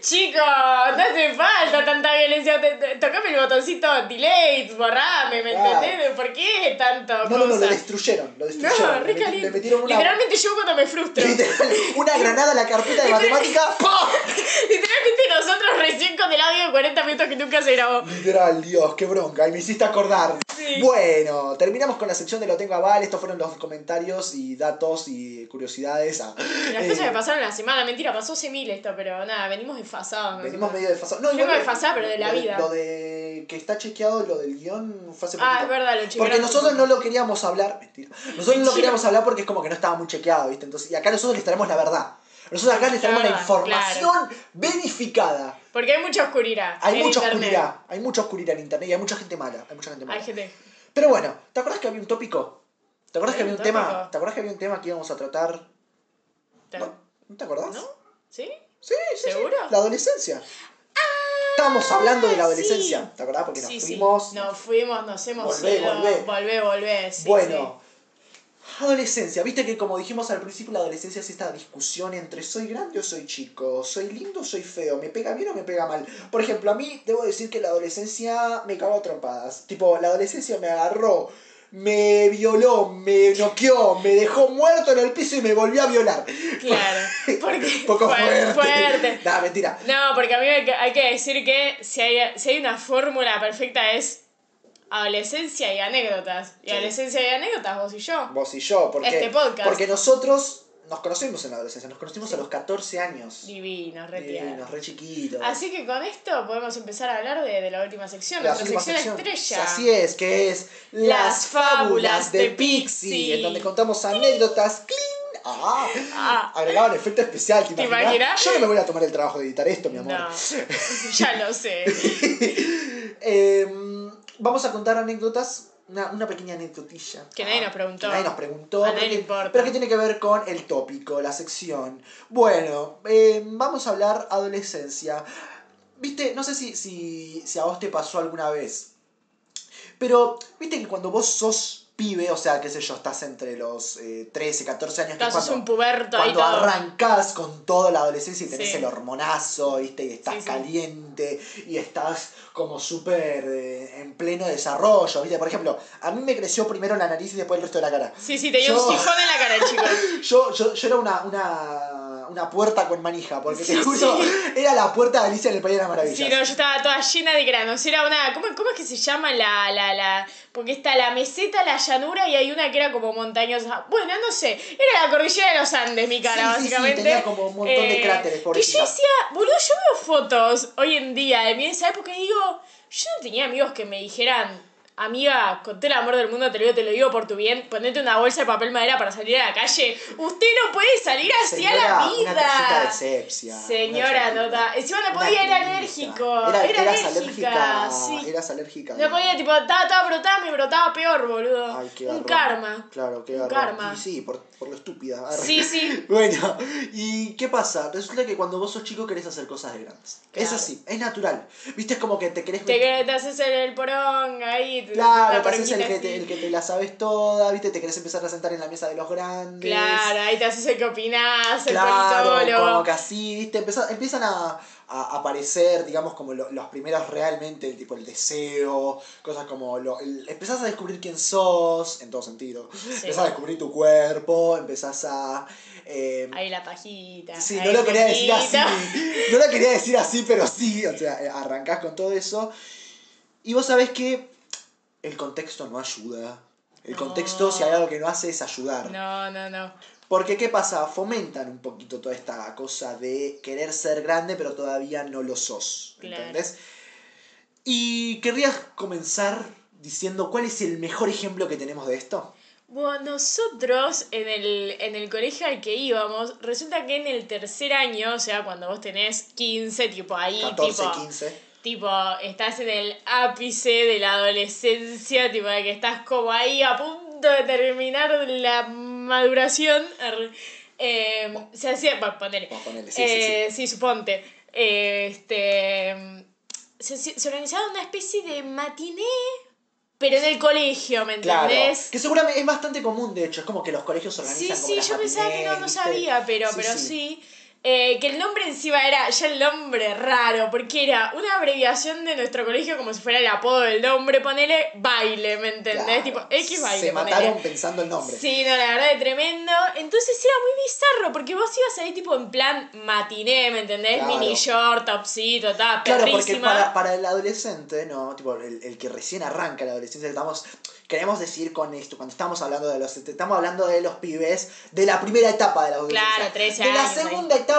S1: chicos, no hace falta tanta violencia. Te- te- Tocame el botoncito delete, borrame, ¿me
S2: Claro.
S1: entendés? ¿Por qué tanto
S2: No, no, no, lo
S1: cosa?
S2: destruyeron,
S1: No,
S2: lo destruyeron.
S1: re
S2: le, meti-
S1: caliente.
S2: le metieron una,
S1: Literalmente yo cuando me frustro.
S2: literal, una granada a la carpeta de matemática. ¡pah!
S1: Literalmente nosotros recién con el audio de 40 minutos que nunca se grabó.
S2: Literal, Dios, qué bronca. Y me hiciste acordar.
S1: Sí.
S2: Bueno, terminamos con la sección de Lo Tengo Aval. Estos fueron los comentarios y datos y curiosidades. Ah,
S1: Las
S2: eh,
S1: cosas que pasaron la semana, mentira, pasó hace mil esto, pero nada, venimos desfasados. Ah, ¿no?
S2: Venimos medio desfasados. No,
S1: Yo
S2: igual
S1: me
S2: lo-
S1: desfasaba, pero de la
S2: lo
S1: vida.
S2: Lo de que está chequeado, lo del guión, fue hace
S1: Ah,
S2: poquito.
S1: es verdad, lo chequearon.
S2: Porque nosotros no lo queríamos hablar, mentira. Nosotros no
S1: Mentira.
S2: lo queríamos hablar porque es como que no estaba muy chequeado, ¿viste? Entonces, y acá nosotros les traemos la verdad. Nosotros acá les traemos la
S1: Claro,
S2: información verificada.
S1: Porque hay mucha oscuridad.
S2: Hay
S1: en
S2: mucha
S1: internet.
S2: oscuridad, hay mucha oscuridad en internet y hay mucha gente mala, hay mucha gente mala.
S1: Hay gente.
S2: Pero bueno, ¿te acuerdas que había un tópico? ¿Te acuerdas que
S1: ¿Hay
S2: había
S1: un
S2: un tema?
S1: tópico?
S2: ¿Te acuerdas que había un tema que íbamos a tratar? ¿No, ¿No te acordás?
S1: ¿No? ¿Sí?
S2: Sí, sí, sí.
S1: ¿Seguro? Ah,
S2: La adolescencia. Estábamos hablando de la
S1: sí.
S2: adolescencia, ¿te acordás? Porque nos
S1: sí,
S2: fuimos.
S1: sí. Nos fuimos, nos hemos
S2: Volvé,
S1: ido.
S2: volvé.
S1: Volvé, volvé, sí,
S2: bueno. Adolescencia, viste que como dijimos al principio, la adolescencia es esta discusión entre soy grande o soy chico, soy lindo o soy feo, me pega bien o me pega mal. Por ejemplo, a mí debo decir que la adolescencia me cagó a trompadas. Tipo, la adolescencia me agarró, me violó, me noqueó, me dejó muerto en el piso y me volvió a violar.
S1: sí. Claro. Porque
S2: Poco
S1: fue
S2: fuerte.
S1: fuerte.
S2: Nah, mentira.
S1: No, porque a mí hay que, hay que decir que si hay, si hay una fórmula perfecta es adolescencia y anécdotas. Y
S2: Sí.
S1: adolescencia y anécdotas, vos y yo.
S2: Vos y yo, porque,
S1: Este podcast.
S2: porque nosotros nos conocimos en la adolescencia, nos conocimos a los 14 años.
S1: Divino,
S2: Eh,
S1: retirados.
S2: nos re chiquitos.
S1: Así que con esto podemos empezar a hablar de, de la última sección,
S2: La
S1: nuestra
S2: última
S1: sección,
S2: sección.
S1: estrella.
S2: Así es, que es Las fábulas de Pixie,
S1: Pixie.
S2: en donde contamos anécdotas. ¡Cling! Ah,
S1: Ah.
S2: agregaban efecto especial, ¿te
S1: ¿Te
S2: imaginas?
S1: imaginas?
S2: Yo no me voy a tomar el trabajo de editar esto, mi amor.
S1: No, ya lo sé.
S2: Em, vamos a contar anécdotas, una, una pequeña anecdotilla.
S1: Que nadie nos preguntó.
S2: Que nadie nos preguntó.
S1: A nadie
S2: pero
S1: le
S2: que-
S1: importa.
S2: Pero que tiene que ver con el tópico, la sección. Bueno, em, vamos a hablar adolescencia. Viste, no sé si, si, si a vos te pasó alguna vez, pero viste que cuando vos sos pibe, o sea, qué sé yo, estás entre los eh, 13, 14 años, que es
S1: Entonces
S2: cuando-
S1: un puberto ahí
S2: cuando
S1: todo.
S2: arrancas con toda la adolescencia y tenés
S1: Sí.
S2: el hormonazo, ¿viste? Y estás
S1: Sí, sí.
S2: caliente y estás como súper eh, en pleno desarrollo, ¿viste? Por ejemplo, a mí me creció primero la nariz y después el resto de la cara.
S1: Sí, sí, tenía
S2: Yo-
S1: un sifón en la cara, chicos.
S2: Yo, yo, yo era una, una, una puerta con manija, porque
S1: Sí,
S2: te juro,
S1: sí.
S2: era la puerta de Alicia en el País de las Maravillas.
S1: Sí, no, yo estaba toda llena de granos. Era una. ¿Cómo, cómo es que se llama la, la, la.? Porque está la meseta, la llanura y hay una que era como montañosa. Bueno, no sé. Era la cordillera de los Andes, mi cara,
S2: Sí, sí, sí,
S1: básicamente. Eh,
S2: tenía como un montón de cráteres,
S1: Que
S2: pobrecita.
S1: yo decía, boludo, yo veo fotos hoy en día de mí en esa época y digo, yo no tenía amigos que me dijeran. Amiga, con todo el amor del mundo te lo digo, te lo digo por tu bien. Ponete una bolsa de papel madera para salir a la calle. Usted no puede salir así a la
S2: Señora,
S1: vida.
S2: Una tarjeta de sepsia. una
S1: Señora,
S2: tarjeta.
S1: nota. Encima no
S2: Una
S1: podía, era
S2: clínica.
S1: alérgico.
S2: Era,
S1: Era
S2: eras
S1: alérgica,
S2: alérgica.
S1: sí.
S2: Eras alérgica.
S1: No podía, tipo, estaba toda brotada, me brotaba peor, boludo.
S2: Ay, qué
S1: Un
S2: garrón.
S1: karma.
S2: Claro, qué
S1: Un
S2: garrón.
S1: karma.
S2: Y sí, por, por lo estúpida. Arre.
S1: Sí, sí.
S2: Bueno, ¿y qué pasa? Resulta que cuando vos sos chico querés hacer cosas de grandes. Es
S1: Claro.
S2: así, es natural. Viste, es como que te querés...
S1: Te, que- te haces el, el porón ahí. te-
S2: Claro,
S1: la
S2: te haces el
S1: poronquita
S2: que, te,
S1: así.
S2: el que te la sabes toda, viste, te querés empezar a sentar en la mesa de los grandes.
S1: Claro, ahí te haces el que opinás, el
S2: Claro, como
S1: politólogo.
S2: que así, viste, empeza- empiezan a, a aparecer, digamos, como lo- los primeros realmente, el tipo el deseo, cosas como, lo, el- empezás a descubrir quién sos, en todo sentido,
S1: Sí.
S2: empezás a descubrir tu cuerpo, empezás a... eh,
S1: Ahí la pajita.
S2: Sí,
S1: ahí
S2: no lo
S1: el
S2: quería decir así.
S1: cosito.
S2: No lo quería decir así, pero sí. O sea, eh, arrancás con todo eso. Y vos sabés que el contexto no ayuda. El
S1: No.
S2: contexto, si hay
S1: Ah.
S2: algo que no hace, es ayudar.
S1: No, no, no.
S2: Porque, ¿qué pasa? Fomentan un poquito toda esta cosa de querer ser grande, pero todavía no lo sos.
S1: Claro.
S2: ¿Entendés? Y querrías comenzar diciendo cuál es el mejor ejemplo que tenemos de esto.
S1: Bueno, nosotros en el, en el colegio al que íbamos, resulta que en el tercer año, o sea, cuando vos tenés 15, tipo ahí,
S2: 14,
S1: tipo,
S2: 15.
S1: tipo, estás en el ápice de la adolescencia, tipo, de que estás como ahí a punto de terminar la maduración. arre, eh, se hacía, bueno, ponele,
S2: Vamos a ponerle, sí, sí, sí.
S1: Eh, sí, suponte. Eh, este. Se, se- se organizaba una especie de matiné, pero en el colegio, ¿me
S2: Claro,
S1: entendés?
S2: que seguramente es bastante común, de hecho, es como que los colegios se organizan
S1: Sí,
S2: como
S1: sí,
S2: las
S1: yo pensaba que no, no
S2: matinés,
S1: sabía, pero,
S2: Sí,
S1: pero
S2: sí.
S1: sí. Eh, que el nombre encima era ya el nombre raro, porque era una abreviación de nuestro colegio como si fuera el apodo del nombre, ponele baile, ¿me
S2: ¿viste?
S1: entendés?
S2: Claro,
S1: Tipo, X baile.
S2: Se
S1: ponele.
S2: mataron pensando el nombre.
S1: Sí, no, la verdad es tremendo. Entonces era muy bizarro, porque vos ibas ahí tipo en plan matiné, ¿me entendés?
S2: Claro.
S1: Mini short, topsito, tal,
S2: Claro, porque
S1: perrísima.
S2: para, para el adolescente, ¿no? Tipo, el, el que recién arranca la adolescencia, estamos, queremos decir con esto, cuando estamos hablando de los, estamos hablando de los pibes, de la primera etapa de la adolescencia.
S1: Claro, 13
S2: De la
S1: años, ahí.
S2: segunda etapa,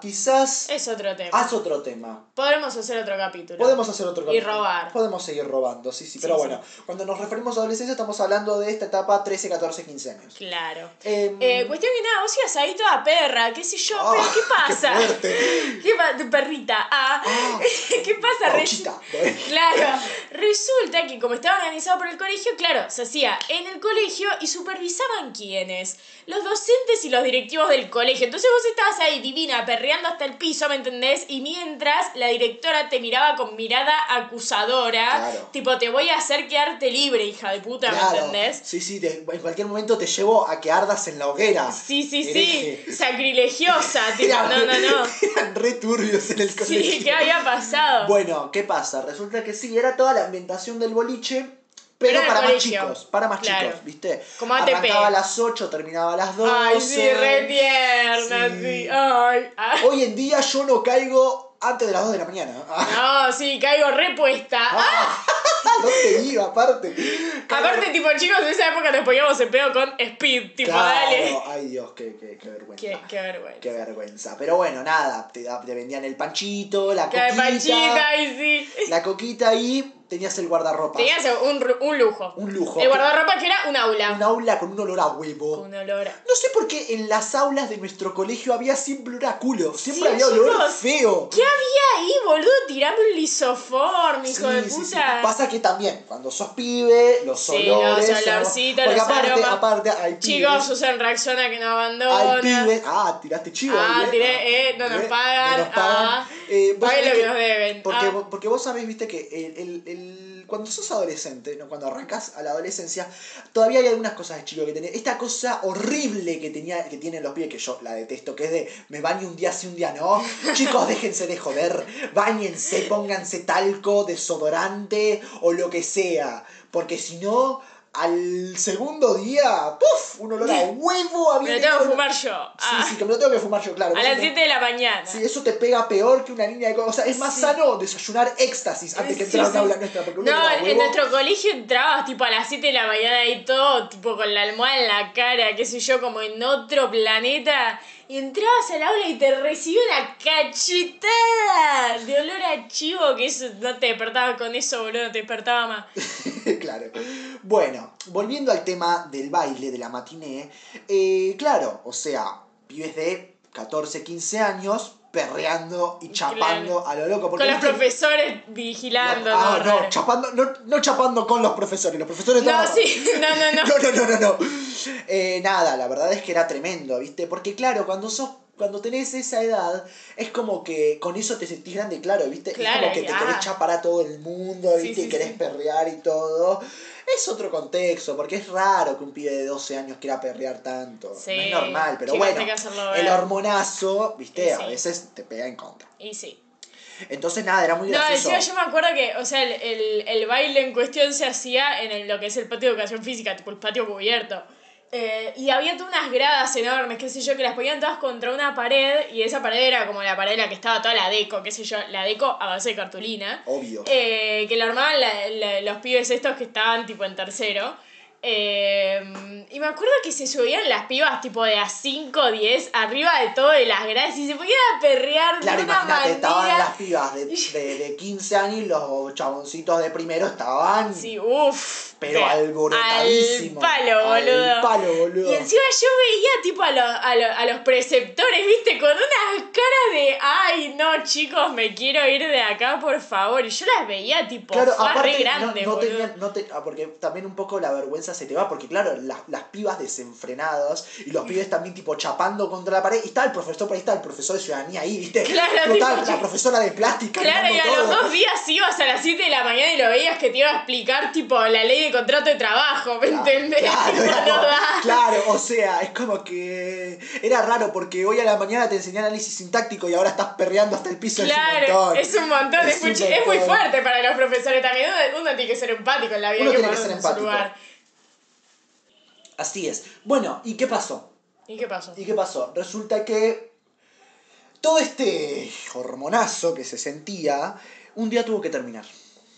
S2: quizás,
S1: Es otro tema.
S2: haz otro tema.
S1: Podremos hacer otro capítulo.
S2: Podemos hacer otro
S1: Y
S2: capítulo.
S1: robar.
S2: Podemos seguir robando, sí, sí. Pero
S1: Sí,
S2: bueno, cuando nos referimos a adolescencia estamos hablando de esta etapa 13, 14, 15 años.
S1: Claro.
S2: Em,
S1: Eh, cuestión que nada, vos ibas ahí toda perra, qué sé yo,
S2: Ah,
S1: pero ¿qué pasa?
S2: ¡Qué fuerte!
S1: ¿Qué pa- tu perrita? Ah,
S2: Ah.
S1: ¿qué pasa?
S2: Gauchita, bueno.
S1: Claro, resulta que como estaba organizado por el colegio, claro, se hacía en el colegio y supervisaban quiénes, los docentes y los directivos del colegio. Entonces vos estabas ahí divina, perreando hasta el piso, ¿me entendés? Y mientras la directora te miraba con mirada acusadora,
S2: Claro.
S1: tipo, te voy a hacer quedarte libre, hija de puta, ¿me
S2: Claro.
S1: entendés?
S2: Sí, sí, te- en cualquier momento te llevo a que ardas en la hoguera.
S1: Sí, sí,
S2: Hereje.
S1: sí, sacrilegiosa, tipo,
S2: Eran-
S1: no, no, no.
S2: Eran re turbios en el colegio.
S1: Sí, ¿qué había pasado?
S2: Bueno, ¿qué pasa? Resulta que sí, era toda la ambientación del boliche, pero
S1: Era el
S2: para más
S1: colegio.
S2: chicos, para más
S1: Claro.
S2: chicos, ¿viste?
S1: Como ATP.
S2: Arrancaba a las 8, terminaba a las 12.
S1: Ay, sí, re tierna,
S2: Sí.
S1: sí. Ay, ah.
S2: Hoy en día yo no caigo antes de las 2 de la mañana.
S1: No, sí, caigo repuesta.
S2: Ah,
S1: Ah,
S2: no te iba, aparte.
S1: Aparte, tipo, chicos, en esa época nos poníamos en pedo con Speed, tipo,
S2: Claro,
S1: dale.
S2: Ay, Dios, qué, qué, qué vergüenza.
S1: Qué, qué vergüenza.
S2: Qué vergüenza. Pero bueno, nada, te, da- te vendían el panchito, la
S1: Que
S2: coquita.
S1: de panchita, y sí.
S2: La coquita y tenías el guardarropa.
S1: Tenías un, ru- un lujo.
S2: un lujo.
S1: El guardarropa que era un aula.
S2: Un aula con un olor a huevo.
S1: Un olor. a-
S2: No sé por qué en las aulas de nuestro colegio había siempre olor a culo. Siempre
S1: Sí,
S2: había olor
S1: chicos.
S2: feo.
S1: ¿Qué había ahí, boludo? Tirame un lisoform, hijo de
S2: Sí, sí,
S1: puta.
S2: sí. Pasa que también, cuando sos pibe, los
S1: Sí,
S2: olores.
S1: los
S2: son-
S1: olorcitos,
S2: Porque
S1: los
S2: aparte,
S1: aromas.
S2: aparte, hay
S1: Chicos,
S2: pibes.
S1: usan Raxona que no abandona.
S2: Hay pibes. Ah, tiraste chivo.
S1: Ah,
S2: eh.
S1: tiré, eh, no nos
S2: Eh,
S1: pagan,
S2: No nos pagan.
S1: ah.
S2: Eh, vos
S1: Paguen
S2: sabés
S1: lo que
S2: que-
S1: nos deben.
S2: Porque,
S1: Ah.
S2: vo- porque vos sabés, viste, que el, el- el- cuando sos adolescente, ¿no? cuando arrancas a la adolescencia, todavía hay algunas cosas de chico que tenés. Esta cosa horrible que, tenía, que tienen los pibes, que yo la detesto, que es de me baño un día sí, un día no. Chicos, déjense de joder, bañense, pónganse talco, desodorante o lo que sea. Porque si no, al segundo día, ¡puf! Un olor a huevo a
S1: Me lo
S2: bien
S1: tengo que
S2: hecho.
S1: fumar yo. Ah.
S2: Sí, sí, que me lo tengo que fumar yo, claro.
S1: A
S2: Eso
S1: las
S2: me-
S1: 7 de la mañana.
S2: Sí, eso te pega peor que una línea de... co- O sea, es más
S1: Sí.
S2: sano desayunar éxtasis antes que
S1: Sí,
S2: entrar a una
S1: sí.
S2: aula nuestra. Porque uno
S1: No,
S2: queda
S1: en
S2: huevo.
S1: nuestro colegio entrabas tipo a las 7 de la mañana y todo, tipo con la almohada en la cara, qué sé yo, como en otro planeta. y entrabas al aula y te recibía una cachetada de olor a chivo que eso, no te despertaba con eso, boludo, no te despertaba más.
S2: claro. pues. Bueno, volviendo al tema del baile, de la matiné, eh, claro, o sea, pibes de 14, 15 años perreando y chapando a lo loco.
S1: Con los
S2: viste-
S1: profesores vigilando. no,
S2: Ah, no,
S1: raro.
S2: chapando, no, no chapando con los profesores, los profesores
S1: No,
S2: no.
S1: sí, no, no, no.
S2: No, no, no, no, no. Eh, nada, la verdad es que era tremendo, ¿viste? Porque claro, cuando sos cuando tenés esa edad, es como que con eso te sentís grande, claro, ¿viste?
S1: Claro,
S2: es como que te
S1: ah.
S2: querés chapar a todo el mundo,
S1: Sí,
S2: ¿viste?
S1: sí,
S2: y querés
S1: sí.
S2: perrear y todo. Es otro contexto, porque es raro que un pibe de 12 años quiera perrear tanto.
S1: Sí,
S2: no es normal, pero
S1: chicos,
S2: bueno.
S1: hay que hacerlo
S2: El
S1: ver.
S2: hormonazo, ¿viste?
S1: eh. Sí.
S2: A veces te pega en contra.
S1: Y sí.
S2: Entonces, nada, era muy
S1: No,
S2: gracioso.
S1: encima yo me acuerdo que, o sea, el, el- el baile en cuestión se hacía en el- lo que es el patio de educación física, tipo el patio cubierto. Eh, y había todas unas gradas enormes, qué sé yo, que las ponían todas contra una pared y esa pared era como la pared en la que estaba toda la deco, qué sé yo, la deco a base de cartulina.
S2: Obvio.
S1: Eh, que lo armaban la- la- los pibes estos que estaban tipo en tercero. Eh, y me acuerdo que se subían las pibas tipo de a 5 o 10 arriba de todo de las gradas y se ponían a perrear
S2: Claro,
S1: de una
S2: imagínate,
S1: manera.
S2: estaban las pibas de, de, de 15 años y los chaboncitos de primero estaban.
S1: Sí, uff.
S2: Pero alborotadísimos.
S1: Al palo, boludo.
S2: Al palo, boludo.
S1: Y encima yo veía tipo a, lo- a, lo- a los preceptores, viste, con unas caras de, ay, no, chicos, me quiero ir de acá, por favor. Y yo las veía tipo,
S2: Claro,
S1: fue
S2: aparte,
S1: re grande,
S2: no, no
S1: boludo.
S2: tenían- no te- ah, porque también un poco la vergüenza se te va, porque claro, las, las pibas desenfrenadas y los pibes también tipo chapando contra la pared, y está el profesor, por ahí está el profesor de ciudadanía ahí, ¿viste?
S1: Claro,
S2: Total,
S1: tipo,
S2: la profesora de plástica.
S1: Claro, y
S2: mirando
S1: a los
S2: todo.
S1: dos días ibas a las 7 de la mañana y lo veías que te iba a explicar, tipo, la ley de contrato de trabajo, ¿me entendés?
S2: Claro,
S1: Tipo,
S2: era
S1: no
S2: como-
S1: da.
S2: claro, o sea, es como que era raro porque hoy a la mañana te enseñé análisis sintáctico y ahora estás perreando hasta el piso. es un
S1: Claro,
S2: montón.
S1: es un montón, es,
S2: Es
S1: muy,
S2: un
S1: chi- es muy
S2: montón.
S1: fuerte para los profesores también. Uno, uno tiene que ser empático en la vida,
S2: Uno
S1: hay
S2: tiene que
S1: ponerse
S2: ser
S1: en su
S2: empático.
S1: lugar.
S2: Así es. Bueno, ¿y qué pasó?
S1: ¿Y qué pasó?
S2: ¿Y qué pasó? Resulta que todo este hormonazo que se sentía, un día tuvo que terminar.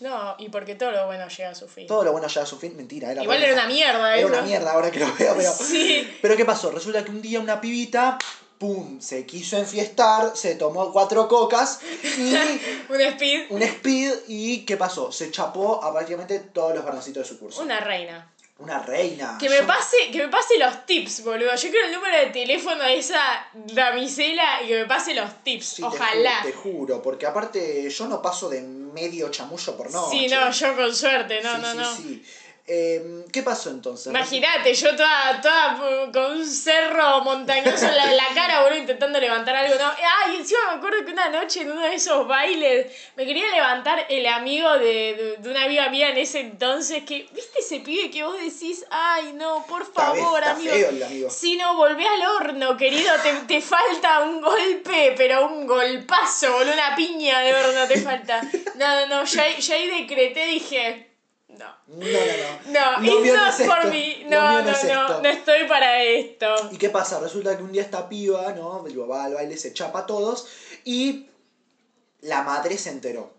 S1: No, y porque todo lo bueno llega a su fin.
S2: Todo lo bueno ya a su fin, mentira. Era
S1: Igual
S2: re-
S1: era una mierda, ¿eh? eso.
S2: Era una mierda ahora que lo veo, pero...
S1: Sí.
S2: Pero ¿qué pasó? Resulta que un día una pibita, ¡pum!, se quiso enfiestar, se tomó cuatro cocas y
S1: Un speed.
S2: un speed y ¿qué pasó? Se chapó a prácticamente todos los barrancitos de su curso.
S1: Una reina.
S2: Una reina.
S1: Que me
S2: Yo-
S1: pase, que me pase los tips, boludo. Yo quiero el número de teléfono de esa damisela y que me pase los tips.
S2: Sí, te ju-
S1: Ojalá.
S2: Te, juro, porque aparte yo no paso de medio chamullo por noche.
S1: sí, no, yo con suerte, no,
S2: Sí,
S1: no,
S2: sí,
S1: no.
S2: sí. Eh, ¿Qué pasó entonces?
S1: Imagínate, yo toda, toda con un cerro montañoso en la, la cara, boludo, intentando levantar algo, ¿no? Ah, y encima me acuerdo que una noche en uno de esos bailes me quería levantar el amigo de, de, de una amiga mía en ese entonces que, ¿viste ese pibe que vos decís, ay, no, por
S2: Está fe-
S1: favor,
S2: está
S1: amigo?
S2: feo el amigo.
S1: Si no, volvé al horno, querido, te, te falta un golpe, pero un golpazo, boludo, una piña de horno te falta. No, no, no, yo ahí- yo ahí decreté, dije, no.
S2: No, no,
S1: No,
S2: no.
S1: it's
S2: mío
S1: not
S2: es
S1: for
S2: esto.
S1: me.
S2: Lo
S1: No,
S2: mío
S1: no,
S2: es
S1: no,
S2: esto.
S1: no estoy para esto.
S2: ¿Y qué pasa? Resulta que un día esta piba, ¿no? Digo, va al baile, se chapa a todos y la madre se enteró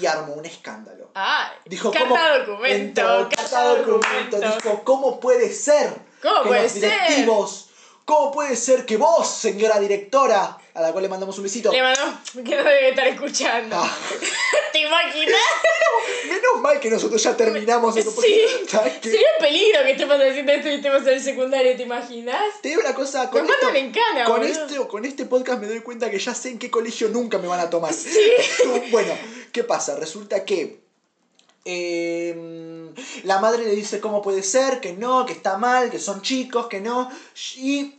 S2: y armó un escándalo.
S1: Ah,
S2: Dijo,
S1: carta
S2: ¿cómo?
S1: documento,
S2: Entró,
S1: carta documento.
S2: Dijo, ¿cómo puede ser
S1: ¿Cómo
S2: que
S1: puede
S2: los
S1: ser?
S2: directivos, cómo puede ser que vos, señora directora, a la cual le mandamos un besito,
S1: Le mandó que no debe estar escuchando.
S2: Ah.
S1: ¿Te imaginas?
S2: menos mal que nosotros ya terminamos esto, porque,
S1: Sí.
S2: ¿sabes qué?
S1: Sería un peligro que estemos haciendo esto y estemos en el secundario, ¿te imaginas?
S2: Te digo una cosa, con,
S1: Nos
S2: esto-
S1: mandan en cana,
S2: con,
S1: boludo.
S2: este, con este podcast me doy cuenta que ya sé en qué colegio nunca me van a tomar.
S1: Sí.
S2: bueno, ¿qué pasa? Resulta que eh, la madre le dice cómo puede ser, que no, que está mal, que son chicos, que no. Y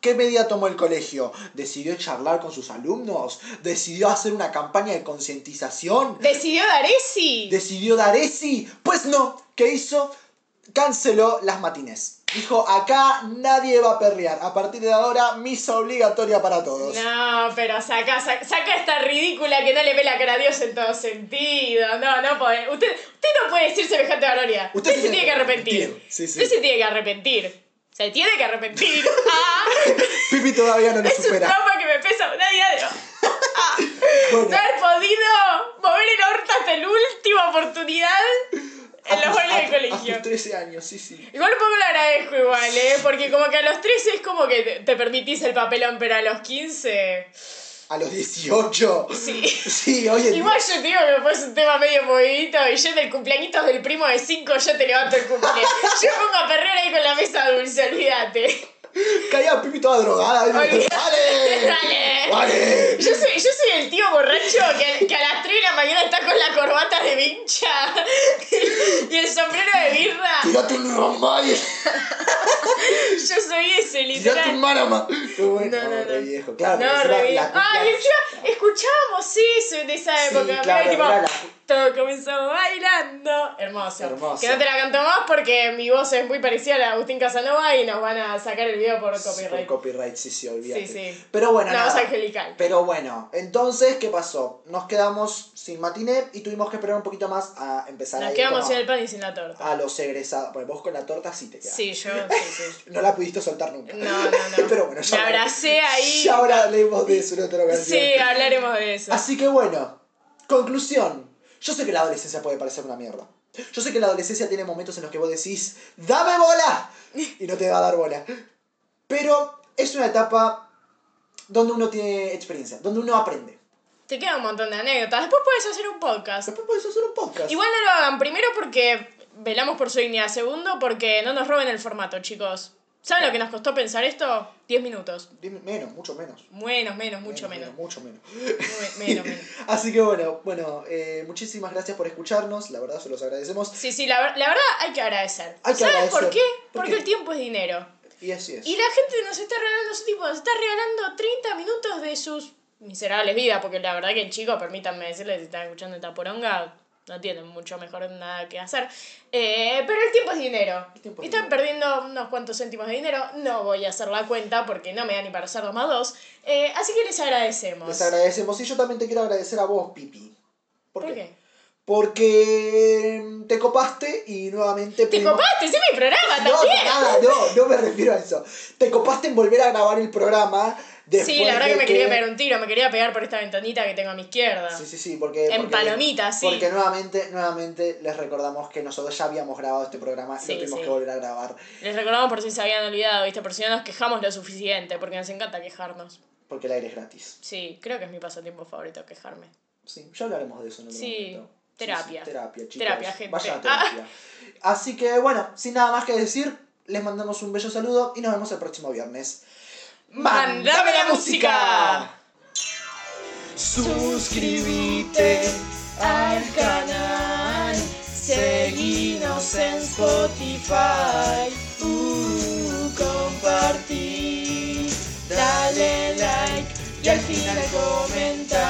S2: ¿qué medida tomó el colegio? ¿Decidió charlar con sus alumnos? ¿Decidió hacer una campaña de concientización?
S1: Decidió Daresi.
S2: decidió dar ESI. Pues no, ¿qué hizo? Canceló las matines. Dijo, acá nadie va a perrear. A partir de ahora, misa obligatoria para todos.
S1: No, pero saca, saca, saca esta ridícula que no le ve la cara a Dios en todo sentido. No, no puede. Usted, usted no puede decir semejante barbaridad. Usted, se tiene que arrepentir.
S2: Sí, sí.
S1: Usted se tiene que arrepentir. Se tiene que arrepentir. Ah,
S2: Pipi todavía no lo
S1: es un
S2: supera.
S1: trauma que me pesa una día de hoy. No
S2: Bueno,
S1: haber podido mover el orto hasta la última oportunidad. En los bailes de
S2: A tus
S1: colegio.
S2: 13 años, sí, sí.
S1: Igual un poco lo agradezco igual, ¿eh? Porque como que a los 13 es como que te- te permitís el papelón, pero a los 15...
S2: A los 18.
S1: Sí.
S2: Sí, oye.
S1: Igual yo te digo que me pones un tema medio movidito y yo del cumpleañitos del primo de 5 yo te levanto el cumpleaños. Yo pongo a perrear ahí con la mesa dulce, olvídate.
S2: Caía Pipi toda drogada. y dijo,
S1: Olvídate.
S2: ¡Vale!
S1: Dale.
S2: ¡Vale!
S1: Yo soy, yo soy el tío borracho que, a- que a las 3 de la mañana está con la corbata de vincha y el sombrero de birra.
S2: ¡Tírate un Ramay!
S1: Yo soy ese,
S2: ¡Tírate un
S1: literal.
S2: Marama! Qué bueno,
S1: No, no,
S2: re
S1: no.
S2: viejo. Claro,
S1: No,
S2: porque era
S1: re bien.
S2: la- la-
S1: Ay, encima escuchábamos eso en esa
S2: Sí,
S1: época. Mira,
S2: claro,
S1: tipo,
S2: era la-
S1: Todo comenzó bailando. Hermoso.
S2: Hermoso.
S1: Que no te la canto más porque mi voz es muy parecida a la de Agustín Casanova y nos van a sacar el video por
S2: Sí,
S1: copyright.
S2: por copyright, sí, sí, olvídate.
S1: Sí, sí.
S2: Pero bueno,
S1: Una
S2: nada.
S1: voz angelical.
S2: Pero bueno, entonces, ¿qué pasó? Nos quedamos sin matiné y tuvimos que esperar un poquito más a empezar a
S1: Nos
S2: ir
S1: quedamos
S2: como
S1: sin el pan y sin la torta.
S2: a los egresados. Pues vos con la torta sí te quedaste.
S1: Sí, yo, sí, sí.
S2: No la pudiste soltar nunca.
S1: No, no, no.
S2: Pero bueno, ya
S1: Me abracé ahí.
S2: Ya ahora hablemos de eso en otra ocasión.
S1: Sí, hablaremos de eso.
S2: Así que bueno, conclusión. Yo sé que la adolescencia puede parecer una mierda. Yo sé que la adolescencia tiene momentos en los que vos decís, ¡dame bola! Y no te va a dar bola. Pero es una etapa donde uno tiene experiencia, donde uno aprende.
S1: Te queda un montón de anécdotas. Después puedes hacer un podcast.
S2: Después puedes hacer un podcast.
S1: Igual no lo hagan. Primero porque velamos por su dignidad. Segundo porque no nos roben el formato, chicos. ¿Saben lo que nos costó pensar esto? 10 minutos.
S2: Dime, Menos, mucho menos.
S1: Menos, menos, mucho menos.
S2: Mucho menos.
S1: Muy- Menos, menos.
S2: Así que bueno, bueno, eh, muchísimas gracias por escucharnos. La verdad se los agradecemos.
S1: Sí, sí, la, ver- la verdad hay que agradecer.
S2: Hay que
S1: ¿Sabes
S2: agradecer.
S1: por qué?
S2: ¿Por
S1: Porque
S2: qué?
S1: el tiempo es dinero.
S2: Y así es.
S1: Y la gente nos está regalando ese tipo, nos está regalando 30 minutos de sus miserables vidas, porque la verdad que chicos, permítanme decirles, si están escuchando esta poronga, no tienen mucho mejor nada que hacer. Eh, pero el tiempo es dinero.
S2: El tiempo es
S1: Y están perdiendo unos cuantos céntimos de dinero, no voy a hacer la cuenta porque no me da ni para hacer dos más dos. Eh, así que les agradecemos.
S2: Les agradecemos. Y yo también te quiero agradecer a vos, Pipi. ¿Por,
S1: ¿Por
S2: qué?
S1: qué?
S2: Porque te copaste y nuevamente.
S1: ¡Te
S2: pudimos-
S1: copaste! ¡Sí, mi programa
S2: No,
S1: también!
S2: nada, no, no me refiero a eso. Te copaste en volver a grabar el programa después
S1: Sí, la verdad
S2: de
S1: que me quería pegar un tiro, me quería pegar por esta ventanita que tengo a mi izquierda.
S2: Sí, sí, sí, porque.
S1: En
S2: porque-
S1: palomitas, sí.
S2: Porque nuevamente, nuevamente les recordamos que nosotros ya habíamos grabado este programa y
S1: Sí,
S2: lo tuvimos
S1: sí.
S2: que volver a grabar.
S1: Les recordamos por si se habían olvidado, ¿viste? Por si no nos quejamos lo suficiente, porque nos encanta quejarnos.
S2: Porque el aire es gratis.
S1: Sí, creo que es mi pasatiempo favorito, quejarme.
S2: Sí, ya hablaremos de eso en otro
S1: Sí,
S2: momento.
S1: terapia.
S2: terapia, chicos.
S1: Terapia, gente. Ah.
S2: Vayan a terapia. Así que bueno, sin nada más que decir, les mandamos un bello saludo y nos vemos el próximo viernes.
S1: ¡Mandame la música!
S2: Suscríbete al canal, seguinos en Spotify, uh, compartí, dale like y al final comenta.